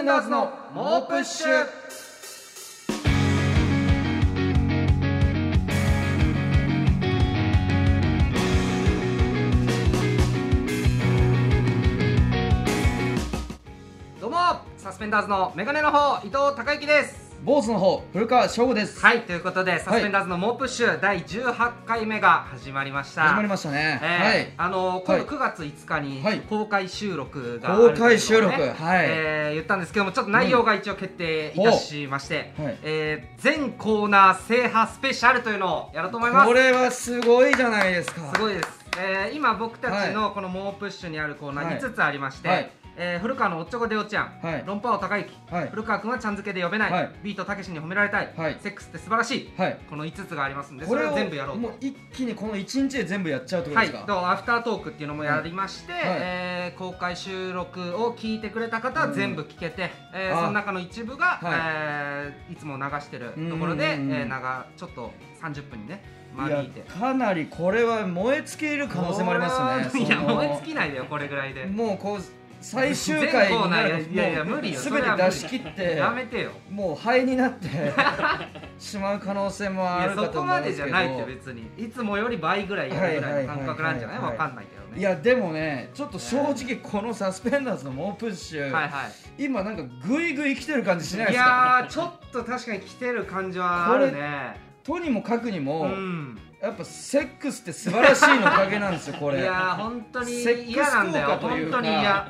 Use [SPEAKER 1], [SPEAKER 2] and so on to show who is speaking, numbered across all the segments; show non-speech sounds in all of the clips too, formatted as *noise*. [SPEAKER 1] ンダーズの猛プッシュどうもサスペンダーズのメガネの方伊藤孝之です
[SPEAKER 2] 坊主の方古川翔吾です、
[SPEAKER 1] はいということでサスペンダーズの猛プッシュ第18回目が始まりました
[SPEAKER 2] 始まりましたね、
[SPEAKER 1] えーあの今
[SPEAKER 2] は
[SPEAKER 1] 度
[SPEAKER 2] い
[SPEAKER 1] 9月5日に
[SPEAKER 2] はい
[SPEAKER 1] 公開収録があるというのをね
[SPEAKER 2] 公開収録はい
[SPEAKER 1] えー言ったんですけどもちょっと内容が一応決定いたしまして、
[SPEAKER 2] うんほうはい
[SPEAKER 1] えー全コーナー制覇スペシャルというのをやろうと思いま
[SPEAKER 2] はい
[SPEAKER 1] す
[SPEAKER 2] これはすごいじゃないですか
[SPEAKER 1] すごいです、えー今僕たちのこの猛プッシュにあるコーナ
[SPEAKER 2] は
[SPEAKER 1] ー
[SPEAKER 2] い
[SPEAKER 1] 5つありまして、
[SPEAKER 2] はい
[SPEAKER 1] えー古川のおっちょこでおちゃん、
[SPEAKER 2] はい
[SPEAKER 1] 論破王高之、
[SPEAKER 2] はい
[SPEAKER 1] 古川君はちゃんづけで呼べない、
[SPEAKER 2] はい
[SPEAKER 1] ビートたけしに褒められたい、
[SPEAKER 2] はい
[SPEAKER 1] セックスって素晴らしい、
[SPEAKER 2] はい
[SPEAKER 1] この5つがありますんで
[SPEAKER 2] こ
[SPEAKER 1] それ
[SPEAKER 2] れ
[SPEAKER 1] を
[SPEAKER 2] を
[SPEAKER 1] 全部やろうと
[SPEAKER 2] もう一気にこの一日で全部やっちゃうってこと
[SPEAKER 1] は
[SPEAKER 2] で
[SPEAKER 1] い、
[SPEAKER 2] す
[SPEAKER 1] と
[SPEAKER 2] か、
[SPEAKER 1] アフタートークっていうのもやりまして、
[SPEAKER 2] はい
[SPEAKER 1] えー公開収録を聞いてくれた方は全部聞けて、えー
[SPEAKER 2] あ
[SPEAKER 1] その中の一部が、
[SPEAKER 2] はい
[SPEAKER 1] えーいつも流してるところで、え
[SPEAKER 2] うんうんうん
[SPEAKER 1] ー長ちょっと30分にね
[SPEAKER 2] い
[SPEAKER 1] 間
[SPEAKER 2] や
[SPEAKER 1] 引いて
[SPEAKER 2] かなりこれは燃え尽きる可能性もありますね
[SPEAKER 1] いや
[SPEAKER 2] その
[SPEAKER 1] 燃え尽きないでよこれぐらいで
[SPEAKER 2] もうこう最終回になる
[SPEAKER 1] 全コーナーいやいやいや無理よ
[SPEAKER 2] 全て出し切って
[SPEAKER 1] やめてよ
[SPEAKER 2] もう灰になってしまう可能性も
[SPEAKER 1] い
[SPEAKER 2] あ
[SPEAKER 1] や
[SPEAKER 2] る
[SPEAKER 1] そ
[SPEAKER 2] かと
[SPEAKER 1] こ
[SPEAKER 2] 思
[SPEAKER 1] ま
[SPEAKER 2] うんで
[SPEAKER 1] ですじ
[SPEAKER 2] け
[SPEAKER 1] ゃ
[SPEAKER 2] ど
[SPEAKER 1] ないって別にいつもより倍ぐらいやるぐらいの感覚なんじゃない
[SPEAKER 2] は
[SPEAKER 1] わ
[SPEAKER 2] いはいはいはい
[SPEAKER 1] かんないけどね
[SPEAKER 2] いやでもねちょっと正直このサスペンダーズの猛プッシュ、
[SPEAKER 1] はいはい
[SPEAKER 2] 今なんかグイグイ来てる感じしない
[SPEAKER 1] い
[SPEAKER 2] ですか
[SPEAKER 1] やーちょっと確かに来てる感じはあるね
[SPEAKER 2] とにもかくにも、
[SPEAKER 1] うん
[SPEAKER 2] やっぱセックスって素晴らしいのおかげなんですよこれ
[SPEAKER 1] いやー本当に
[SPEAKER 2] セックス
[SPEAKER 1] 嫌なんだよ
[SPEAKER 2] 効果とい
[SPEAKER 1] 本
[SPEAKER 2] うか
[SPEAKER 1] 当に嫌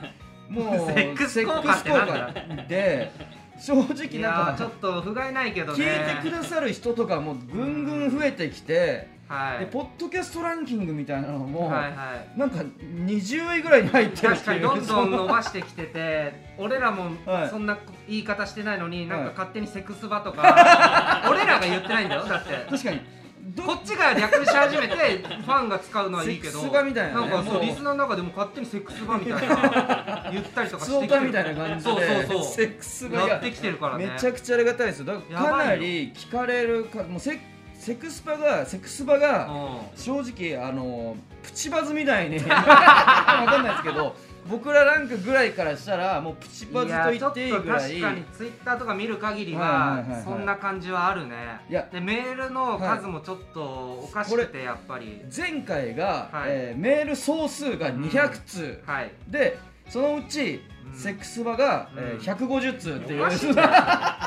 [SPEAKER 2] もう
[SPEAKER 1] セックス効果ってなんだよ
[SPEAKER 2] セックス効果で正
[SPEAKER 1] い
[SPEAKER 2] 直
[SPEAKER 1] や
[SPEAKER 2] な
[SPEAKER 1] ー
[SPEAKER 2] ん
[SPEAKER 1] ちょ
[SPEAKER 2] か
[SPEAKER 1] っと不甲斐ないけど
[SPEAKER 2] 聞
[SPEAKER 1] ね
[SPEAKER 2] いてくださる人とかもぐんぐん増えてきて、
[SPEAKER 1] は
[SPEAKER 2] で
[SPEAKER 1] い
[SPEAKER 2] ポッドキャストランキングみたいなのも、
[SPEAKER 1] はいはい
[SPEAKER 2] なんか20位ぐらいに入ってるっていう
[SPEAKER 1] 確かにどんどん
[SPEAKER 2] そ
[SPEAKER 1] 伸
[SPEAKER 2] の
[SPEAKER 1] ばしてきてて俺らも
[SPEAKER 2] はい
[SPEAKER 1] そんな言い方してないのになんか
[SPEAKER 2] はい
[SPEAKER 1] 勝手にセクスバと
[SPEAKER 2] *laughs*
[SPEAKER 1] か俺らが言ってないんだよだって
[SPEAKER 2] 確かにど
[SPEAKER 1] こっちが略し始めてファンが使うのはいいけど
[SPEAKER 2] セクスバみたいなね
[SPEAKER 1] んかそう
[SPEAKER 2] もう
[SPEAKER 1] リスナーの中でも勝手にセクスバみた
[SPEAKER 2] *laughs*
[SPEAKER 1] いな言ったりとか
[SPEAKER 2] 普通
[SPEAKER 1] してき
[SPEAKER 2] 歌
[SPEAKER 1] て
[SPEAKER 2] みたいな感じで
[SPEAKER 1] そうそうそう
[SPEAKER 2] セックスがい
[SPEAKER 1] やっ
[SPEAKER 2] や
[SPEAKER 1] てきてるからね
[SPEAKER 2] めちゃくちゃありがたいですよだから
[SPEAKER 1] やばいよ
[SPEAKER 2] かなり聞かれるかもうセセクスパがセクスパが
[SPEAKER 1] うん
[SPEAKER 2] 正直あのプチバズみたい
[SPEAKER 1] *laughs*
[SPEAKER 2] にわかんないですけど僕らランクぐらいからしたらもうプチバズと言っていいぐらい
[SPEAKER 1] やちょっと確かにツイッターとか見る限り
[SPEAKER 2] はいはいはいは
[SPEAKER 1] はいそんな感じはあるね
[SPEAKER 2] いや
[SPEAKER 1] でメールの数もちょっとおかしくてやっぱり
[SPEAKER 2] 前回が、
[SPEAKER 1] はい
[SPEAKER 2] えーメール総数が200通、
[SPEAKER 1] はい
[SPEAKER 2] でそのうち、
[SPEAKER 1] うん
[SPEAKER 2] セックスバが、
[SPEAKER 1] うん
[SPEAKER 2] えー150通っていう
[SPEAKER 1] おかしい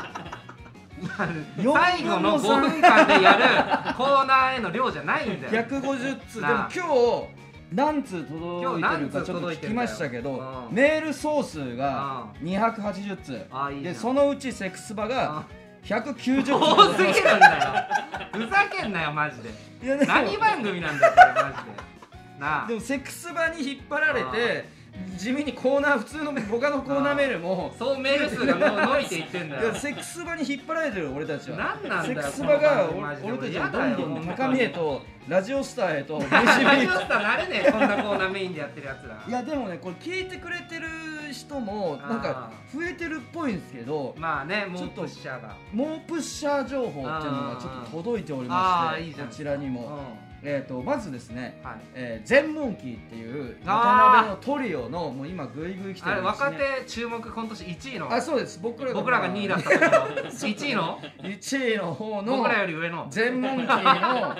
[SPEAKER 2] 四分の三
[SPEAKER 1] 最後の5分間でやるコーナーへの量じゃないんだよ
[SPEAKER 2] 150通でも
[SPEAKER 1] なあ
[SPEAKER 2] 今日何通届いてるかちょっと聞きましたけ
[SPEAKER 1] 今日
[SPEAKER 2] ど
[SPEAKER 1] 何通届いてんだようん
[SPEAKER 2] メール総数が
[SPEAKER 1] う
[SPEAKER 2] 280通
[SPEAKER 1] あいいじゃ
[SPEAKER 2] で
[SPEAKER 1] ん
[SPEAKER 2] そのうちセックスバが190通
[SPEAKER 1] 多すぎるんだよふざけんなよマジで
[SPEAKER 2] いやでも
[SPEAKER 1] 何番組なんだよこれマジでなあ
[SPEAKER 2] でもセックスバに引っ張られて地味にコーナー普通の他のコーナーメールも
[SPEAKER 1] そうメール数がもう伸びていってん
[SPEAKER 2] い
[SPEAKER 1] だよ
[SPEAKER 2] やセックスバに引っ張られてる俺たちは
[SPEAKER 1] 何なんだ
[SPEAKER 2] セ
[SPEAKER 1] よ
[SPEAKER 2] ックスバが
[SPEAKER 1] この番組マジで
[SPEAKER 2] 俺たち
[SPEAKER 1] や
[SPEAKER 2] は
[SPEAKER 1] だ
[SPEAKER 2] どん
[SPEAKER 1] よ
[SPEAKER 2] どん
[SPEAKER 1] 本当に
[SPEAKER 2] 高みへとラジオスターへと *laughs*
[SPEAKER 1] ラジ
[SPEAKER 2] 導い
[SPEAKER 1] オ
[SPEAKER 2] て
[SPEAKER 1] スターなれねえこんなコーナーメインでやってるやつら
[SPEAKER 2] いやでもねこれ聞いてくれてる人もなんか増えてるっぽいんですけど
[SPEAKER 1] まあねも
[SPEAKER 2] ち
[SPEAKER 1] う
[SPEAKER 2] ょっ
[SPEAKER 1] プ
[SPEAKER 2] と
[SPEAKER 1] ッシャーが
[SPEAKER 2] 猛プッシャー情報っていうのがちょっと届いておりま
[SPEAKER 1] あーい
[SPEAKER 2] し
[SPEAKER 1] いじ
[SPEAKER 2] て
[SPEAKER 1] ゃん
[SPEAKER 2] こちらに
[SPEAKER 1] うん
[SPEAKER 2] も、
[SPEAKER 1] は
[SPEAKER 2] えー、とまずですね
[SPEAKER 1] い
[SPEAKER 2] えー全、モンキーっていう渡
[SPEAKER 1] あ
[SPEAKER 2] 辺
[SPEAKER 1] ー
[SPEAKER 2] のトリオのもう今グイグイ来て
[SPEAKER 1] あ
[SPEAKER 2] る
[SPEAKER 1] れ
[SPEAKER 2] んです
[SPEAKER 1] 若
[SPEAKER 2] ね
[SPEAKER 1] 手注目今年1位の
[SPEAKER 2] あそうです僕ら
[SPEAKER 1] 僕らが2位だったけど1位の *laughs*
[SPEAKER 2] 1位の方の
[SPEAKER 1] 僕らより上の
[SPEAKER 2] 全モンキーの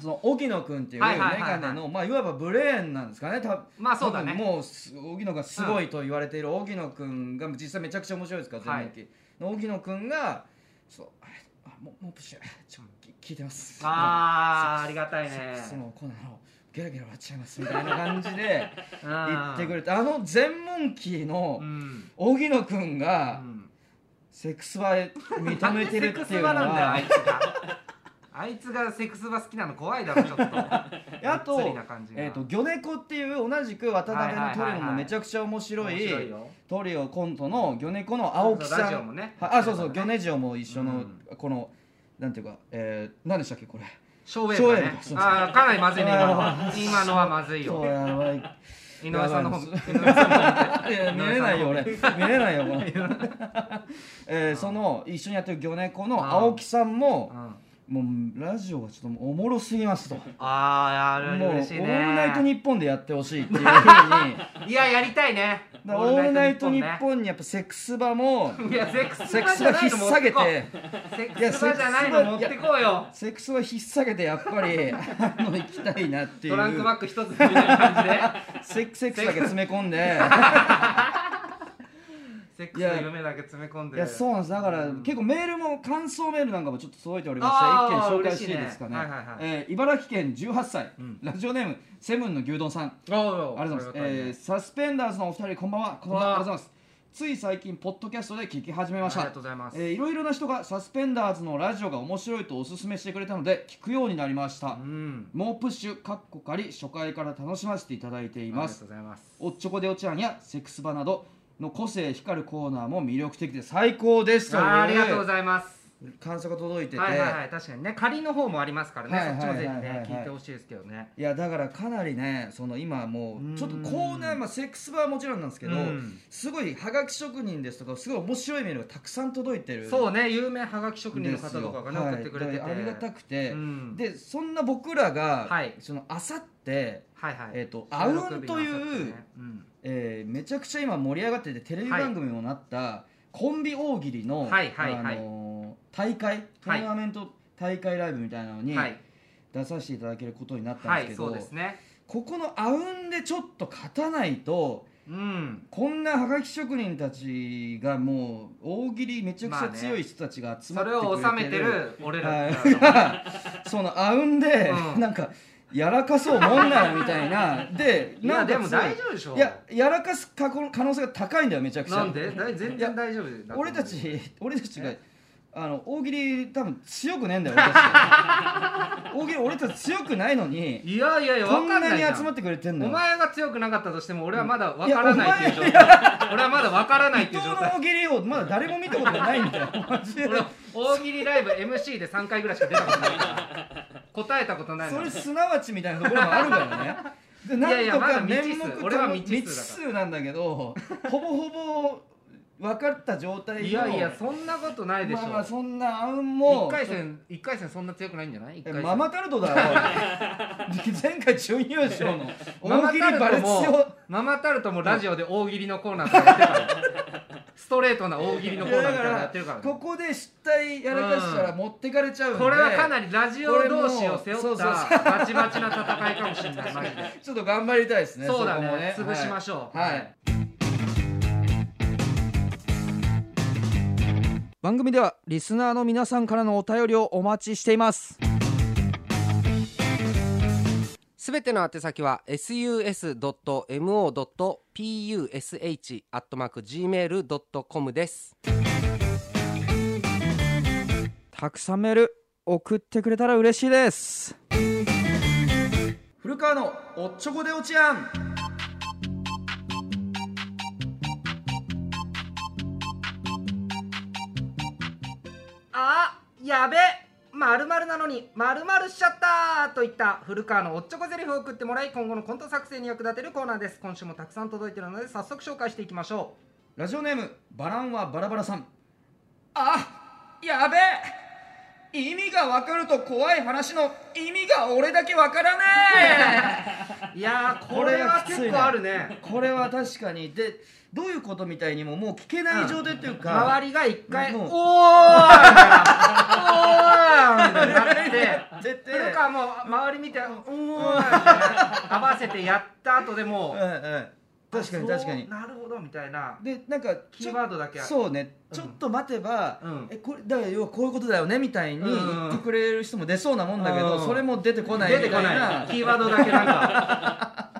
[SPEAKER 2] その荻野君っていう
[SPEAKER 1] は
[SPEAKER 2] メ
[SPEAKER 1] いはいはいはい
[SPEAKER 2] ガネのまあいわばブレーンなんですかね多分
[SPEAKER 1] まあそうだね
[SPEAKER 2] 多分もうす荻野がすごいと言われている荻野くんが実際めちゃくちゃ面白いですから、
[SPEAKER 1] はい
[SPEAKER 2] 全面の荻野くんがそうああもうもうプッシュちょき聞いてます
[SPEAKER 1] あーありがたい
[SPEAKER 2] セッ
[SPEAKER 1] ね
[SPEAKER 2] クスのコーナーをゲラゲラ笑っちゃいますみたいな感じ
[SPEAKER 1] *laughs*
[SPEAKER 2] で言
[SPEAKER 1] 言
[SPEAKER 2] ってくれてあの全モンキーの
[SPEAKER 1] うん
[SPEAKER 2] 荻野くん
[SPEAKER 1] う
[SPEAKER 2] が
[SPEAKER 1] ん
[SPEAKER 2] セックスバー認めてるっていうの
[SPEAKER 1] なんでセックス場なんだよあ
[SPEAKER 2] はい
[SPEAKER 1] つがあいつがセックス場好きなの怖いだろちょっ
[SPEAKER 2] *laughs*
[SPEAKER 1] と
[SPEAKER 2] あと
[SPEAKER 1] がっつりな感じが
[SPEAKER 2] えー、とギョネコっていう同じく渡辺のトリ
[SPEAKER 1] はい
[SPEAKER 2] オ
[SPEAKER 1] はいはいは
[SPEAKER 2] の
[SPEAKER 1] い
[SPEAKER 2] めちゃくちゃ面白
[SPEAKER 1] 面白い
[SPEAKER 2] い
[SPEAKER 1] よ
[SPEAKER 2] トリオコントのギョネコの青木さ
[SPEAKER 1] ラジオ
[SPEAKER 2] ん
[SPEAKER 1] もね
[SPEAKER 2] はいあそうそうギョネジオも一緒
[SPEAKER 1] う
[SPEAKER 2] の
[SPEAKER 1] ん
[SPEAKER 2] このなんていうかえー何でしたっけこれ
[SPEAKER 1] ショーウェーブだね
[SPEAKER 2] ショーウェーブだ
[SPEAKER 1] あーかなりまずいね今のは今のはまずい
[SPEAKER 2] そ
[SPEAKER 1] よ
[SPEAKER 2] うやばい
[SPEAKER 1] 井上さんの方
[SPEAKER 2] や
[SPEAKER 1] 井
[SPEAKER 2] ば
[SPEAKER 1] 上さんの方
[SPEAKER 2] いや見れないよ俺見れない
[SPEAKER 1] *laughs*
[SPEAKER 2] よこのえーその一緒にやってるギョネコの青木さんも
[SPEAKER 1] うん
[SPEAKER 2] もうラジオがちょっともうおもろすぎますと。
[SPEAKER 1] あーあ
[SPEAKER 2] もう、
[SPEAKER 1] れ嬉しいね
[SPEAKER 2] オールナイトニッポンでやってほしいっていうふう
[SPEAKER 1] *laughs*
[SPEAKER 2] にだか
[SPEAKER 1] いややりたいね
[SPEAKER 2] らオールナイトニ
[SPEAKER 1] ね
[SPEAKER 2] ッポンにやっぱセックス場も
[SPEAKER 1] いやセックス
[SPEAKER 2] セッ
[SPEAKER 1] バ
[SPEAKER 2] ク
[SPEAKER 1] ー
[SPEAKER 2] ス
[SPEAKER 1] じゃ
[SPEAKER 2] 場
[SPEAKER 1] ない
[SPEAKER 2] 引っ
[SPEAKER 1] の持っ
[SPEAKER 2] 提げ
[SPEAKER 1] こう *laughs*
[SPEAKER 2] て
[SPEAKER 1] セックスバーじゃないの持ってこうよ
[SPEAKER 2] セックス場引っ提げてやっぱりあの行きたいなっていう
[SPEAKER 1] トランクバッグ一つみたいな感じで
[SPEAKER 2] セックスセックスだけ詰め込ん
[SPEAKER 1] *laughs*
[SPEAKER 2] で
[SPEAKER 1] セックスの夢だけ詰め込ん
[SPEAKER 2] い
[SPEAKER 1] で
[SPEAKER 2] やそうなんですだから結構メールも感想メールなんかもちょっと届いておりまし
[SPEAKER 1] あ
[SPEAKER 2] て
[SPEAKER 1] ー
[SPEAKER 2] 一件紹介していいですかね
[SPEAKER 1] 嬉しいねはいはいはい
[SPEAKER 2] えー茨城県18歳、
[SPEAKER 1] うん
[SPEAKER 2] ラジオネームセブンの牛丼さん
[SPEAKER 1] おうお
[SPEAKER 2] ありがとうございます、えー
[SPEAKER 1] ます
[SPEAKER 2] サスペンダーズのお二人こんばんはこんばんはありがとうご
[SPEAKER 1] こんばんは
[SPEAKER 2] ざいますつい最近ポッドキャストで聞き始め
[SPEAKER 1] あ
[SPEAKER 2] まし
[SPEAKER 1] りが
[SPEAKER 2] た
[SPEAKER 1] とうございます
[SPEAKER 2] えーいろいろな人がサスペンダーズのラジオが面白いとおすすめしてくれたので聞くようになりまし
[SPEAKER 1] う
[SPEAKER 2] た、
[SPEAKER 1] ん
[SPEAKER 2] 猛プッシュかっこかり初回から楽しませていただいて
[SPEAKER 1] あ
[SPEAKER 2] い
[SPEAKER 1] りが
[SPEAKER 2] ま
[SPEAKER 1] とう
[SPEAKER 2] す
[SPEAKER 1] ございます
[SPEAKER 2] おっちょこでおちゃんやセックス場などの個性光るコーナーも魅力的で最高です
[SPEAKER 1] あーありがとうご
[SPEAKER 2] い
[SPEAKER 1] ざいます
[SPEAKER 2] ます感想が届いてて、
[SPEAKER 1] はい
[SPEAKER 2] い
[SPEAKER 1] はいはい確かにね仮の方もありますからね、
[SPEAKER 2] はいはいはいはい
[SPEAKER 1] そっちもぜひね聞いてほしいですけどね
[SPEAKER 2] やだからかなりねその今も
[SPEAKER 1] うん
[SPEAKER 2] うちょっとコーナー、まあ、セックス場はもちろんなんですけど、
[SPEAKER 1] うん
[SPEAKER 2] すごいはがき職人ですとかすごい面白いメールがたくさん届いてる
[SPEAKER 1] そうね有名はがき職人の
[SPEAKER 2] で
[SPEAKER 1] 方
[SPEAKER 2] すよ
[SPEAKER 1] とかがね、
[SPEAKER 2] はい
[SPEAKER 1] 送ってくれてて
[SPEAKER 2] だからありがたくて、
[SPEAKER 1] うん
[SPEAKER 2] でそんな僕らが、
[SPEAKER 1] はい
[SPEAKER 2] そのあさって、
[SPEAKER 1] はいはい、
[SPEAKER 2] えっとアウンとい
[SPEAKER 1] 収録
[SPEAKER 2] う、
[SPEAKER 1] 日の朝とかねうん
[SPEAKER 2] えーめちゃくちゃ今盛り上がっててテレビ番組もなった、コンビ大喜利の、
[SPEAKER 1] はいはいはい
[SPEAKER 2] あのー大会トーナメント大会ライブみたいなのに
[SPEAKER 1] はい、
[SPEAKER 2] 出させていただけることになったん
[SPEAKER 1] は
[SPEAKER 2] です
[SPEAKER 1] い、
[SPEAKER 2] けど、
[SPEAKER 1] そうですね
[SPEAKER 2] ここのあうんでちょっと勝たないと
[SPEAKER 1] うん
[SPEAKER 2] こんなはがき職人たちがもう大喜利めちゃくちゃ強い人たちが集ま
[SPEAKER 1] そ
[SPEAKER 2] ってくれ
[SPEAKER 1] れ
[SPEAKER 2] てる、
[SPEAKER 1] を収めてる俺 *laughs* らだから *laughs*
[SPEAKER 2] はい、そのあうんで、
[SPEAKER 1] うん
[SPEAKER 2] なんかやらかそうもんなよみたいなで
[SPEAKER 1] いや
[SPEAKER 2] なんか
[SPEAKER 1] でも
[SPEAKER 2] すごい
[SPEAKER 1] 大丈夫でしょ
[SPEAKER 2] いややらかす可能性が高いんだよめちゃくちゃ
[SPEAKER 1] なんでだい全然大丈夫だと思う
[SPEAKER 2] 俺たち俺たちが
[SPEAKER 1] え
[SPEAKER 2] あの大喜利多分強くねえんだよ俺た
[SPEAKER 1] *laughs*
[SPEAKER 2] ち大喜利俺たち強くないのに
[SPEAKER 1] いやいやいや
[SPEAKER 2] こ
[SPEAKER 1] 分
[SPEAKER 2] ん
[SPEAKER 1] かん
[SPEAKER 2] な
[SPEAKER 1] ない
[SPEAKER 2] に
[SPEAKER 1] じゃん
[SPEAKER 2] 集まってくれてんの
[SPEAKER 1] お
[SPEAKER 2] よ
[SPEAKER 1] 前が強くなかったとしても俺はまだ分
[SPEAKER 2] いや
[SPEAKER 1] からないっていう状態俺はまだ分からないっ
[SPEAKER 2] 伊
[SPEAKER 1] てい
[SPEAKER 2] 藤
[SPEAKER 1] う
[SPEAKER 2] の
[SPEAKER 1] 状態
[SPEAKER 2] 大喜利をまだ誰も見たことがないんだよマジで
[SPEAKER 1] 俺大喜利ライブ MC で3回ぐらいしか出たことないから答えたことな
[SPEAKER 2] *laughs*
[SPEAKER 1] い
[SPEAKER 2] そ
[SPEAKER 1] の
[SPEAKER 2] れすなわちみたいなところもあるからねでなん
[SPEAKER 1] いやいや
[SPEAKER 2] と
[SPEAKER 1] まだ
[SPEAKER 2] か
[SPEAKER 1] 未知
[SPEAKER 2] 面
[SPEAKER 1] 数
[SPEAKER 2] 目とも
[SPEAKER 1] 俺は未知
[SPEAKER 2] 未知
[SPEAKER 1] 数
[SPEAKER 2] 数なんだけどほぼほぼ分かった状態の
[SPEAKER 1] いやいやそんなことないでしょ、
[SPEAKER 2] まあまあそんなあうん
[SPEAKER 1] 一
[SPEAKER 2] も
[SPEAKER 1] 回戦一回戦そんな強くないんじゃない一
[SPEAKER 2] え
[SPEAKER 1] 回戦
[SPEAKER 2] ママタルトだろ *laughs* 前回準優勝の
[SPEAKER 1] ママ
[SPEAKER 2] *laughs* 大喜利バ
[SPEAKER 1] タル
[SPEAKER 2] レ
[SPEAKER 1] ト
[SPEAKER 2] ツ
[SPEAKER 1] も
[SPEAKER 2] よ
[SPEAKER 1] ママタルトもラジオで大喜利のコーナーとかやってたからストレートな大喜利のコーナーみたいなのやってるからね
[SPEAKER 2] ここで失態やらかしたら持ってかれちゃうんで、
[SPEAKER 1] これはかなりラジオ同士を背
[SPEAKER 2] これも
[SPEAKER 1] 負
[SPEAKER 2] うそ
[SPEAKER 1] っ
[SPEAKER 2] う
[SPEAKER 1] たバチバチな戦いかもしれないマジで
[SPEAKER 2] ちょっと頑張りたいですね
[SPEAKER 1] そうだ
[SPEAKER 2] こも
[SPEAKER 1] ね潰しましょう
[SPEAKER 2] はい、はい番組ではリスナーの皆さんからのお便りをお待ちしています
[SPEAKER 3] すべての宛先は sus.mo.push.gmail.com です
[SPEAKER 2] たくさんメール送ってくれたら嬉しいです古川のおっちょこでおちゃん
[SPEAKER 1] あやべまるなのにまるしちゃったといった古川のおっちょこゼリフを送ってもらい今後のコント作成に役立てるコーナーです今週もたくさん届いてるので早速紹介していきましょ
[SPEAKER 2] ラジオネームバランはバラバラさんあやべえ意味がわかると怖い話の意味が俺だけわから *laughs* ね
[SPEAKER 1] ういやーこ
[SPEAKER 2] これ
[SPEAKER 1] れは
[SPEAKER 2] はきついね
[SPEAKER 1] 結構あるね
[SPEAKER 2] えこれは確かにでどういうことみたいにももう聞けない状態というか、
[SPEAKER 1] 周りが一回「おー!」
[SPEAKER 2] も
[SPEAKER 1] み
[SPEAKER 2] う
[SPEAKER 1] たいな「おー!」みたい
[SPEAKER 2] *laughs*
[SPEAKER 1] になって
[SPEAKER 2] やってて
[SPEAKER 1] 古川も周り見て「おー!」みたいな合わせてやった後でも
[SPEAKER 2] うん
[SPEAKER 1] う
[SPEAKER 2] うん、確かに確か
[SPEAKER 1] そう
[SPEAKER 2] に
[SPEAKER 1] なるほどみたいな
[SPEAKER 2] でなんか
[SPEAKER 1] キーワードだけある
[SPEAKER 2] そうね
[SPEAKER 1] うん
[SPEAKER 2] ちょっと待てば、
[SPEAKER 1] うん
[SPEAKER 2] えこれだから要はこういうことだよねみたいに言ってくれる人も出そうなもんだけど、
[SPEAKER 1] うん
[SPEAKER 2] それも出てこないみ
[SPEAKER 1] 出
[SPEAKER 2] た
[SPEAKER 1] て
[SPEAKER 2] い
[SPEAKER 1] こ
[SPEAKER 2] な
[SPEAKER 1] ないキーワードだけなんか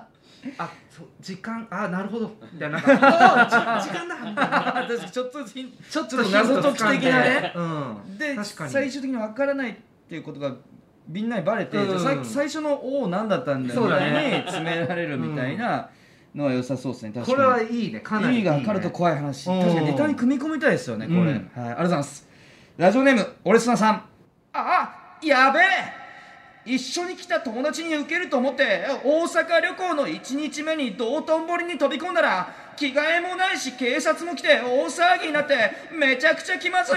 [SPEAKER 1] あそう時間あなるほどみたいななんかおーじ時
[SPEAKER 2] *laughs*
[SPEAKER 1] 間だみたいな
[SPEAKER 2] 私ちょっとずつヒン
[SPEAKER 1] ちょっ
[SPEAKER 2] と謎解き的なね
[SPEAKER 1] うん
[SPEAKER 2] で
[SPEAKER 1] 確かに
[SPEAKER 2] 最終的に分からないっていうことがみんなにバレて、
[SPEAKER 1] うん
[SPEAKER 2] じゃあさ最初の「おお何だったんだよ」み
[SPEAKER 1] そうだ
[SPEAKER 2] た
[SPEAKER 1] ね
[SPEAKER 2] いに、詰められるみたいなのは良さそうですね確か
[SPEAKER 1] こ
[SPEAKER 2] に
[SPEAKER 1] れはいいねかなり
[SPEAKER 2] 意味が分かると怖い話
[SPEAKER 1] うん
[SPEAKER 2] 確かにネタに組み込みたいですよねこれ、
[SPEAKER 1] うん
[SPEAKER 2] はい、ありがとうございますラジオネームオレスナさんああやべえ一緒に来た友達に受けると思って大阪旅行の1日目に道頓堀に飛び込んだら着替えもないし警察も来て大騒ぎになってめちゃくちゃ気まずい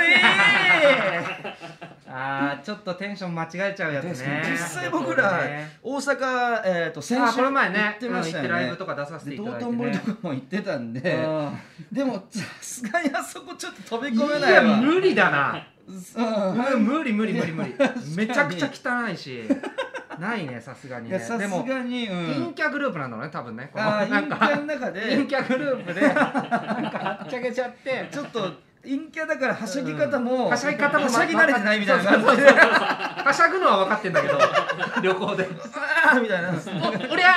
[SPEAKER 1] あーちょっとテンション間違えちゃうやつ
[SPEAKER 2] で
[SPEAKER 1] ね
[SPEAKER 2] すね実際僕ら
[SPEAKER 1] ね
[SPEAKER 2] 大阪、えー、と先
[SPEAKER 1] あー
[SPEAKER 2] 週
[SPEAKER 1] この前ね
[SPEAKER 2] 行ってましたよね
[SPEAKER 1] うん行ってライブとか出させていただいてね
[SPEAKER 2] で道頓堀とかも行ってたんででもさすがにあそこちょっと飛び
[SPEAKER 1] い
[SPEAKER 2] 込めない
[SPEAKER 1] や
[SPEAKER 2] わ
[SPEAKER 1] 無理だな
[SPEAKER 2] う
[SPEAKER 1] うん
[SPEAKER 2] ん
[SPEAKER 1] 無理無理無理無理めちゃくちゃ汚いしないねさすがに
[SPEAKER 2] い
[SPEAKER 1] ね
[SPEAKER 2] やさ
[SPEAKER 1] ですも
[SPEAKER 2] がにう
[SPEAKER 1] 陰
[SPEAKER 2] ん
[SPEAKER 1] キャグループなんだろうね多分ねこの
[SPEAKER 2] あー
[SPEAKER 1] *laughs* なん
[SPEAKER 2] 陰キャの
[SPEAKER 1] か
[SPEAKER 2] 中で
[SPEAKER 1] 陰キャグループでなんかはっちゃけちゃって
[SPEAKER 2] ちょっと陰キャだからはしゃぎ方も、
[SPEAKER 1] はしゃぎ方も
[SPEAKER 2] はしゃぎ慣れてないみたいな
[SPEAKER 1] そうそう
[SPEAKER 2] 感
[SPEAKER 1] そ
[SPEAKER 2] じ
[SPEAKER 1] う
[SPEAKER 2] で
[SPEAKER 1] はしゃぐのは分かってんだ
[SPEAKER 2] *laughs*
[SPEAKER 1] けど旅行で
[SPEAKER 2] あーみたいな
[SPEAKER 1] 「おおりゃ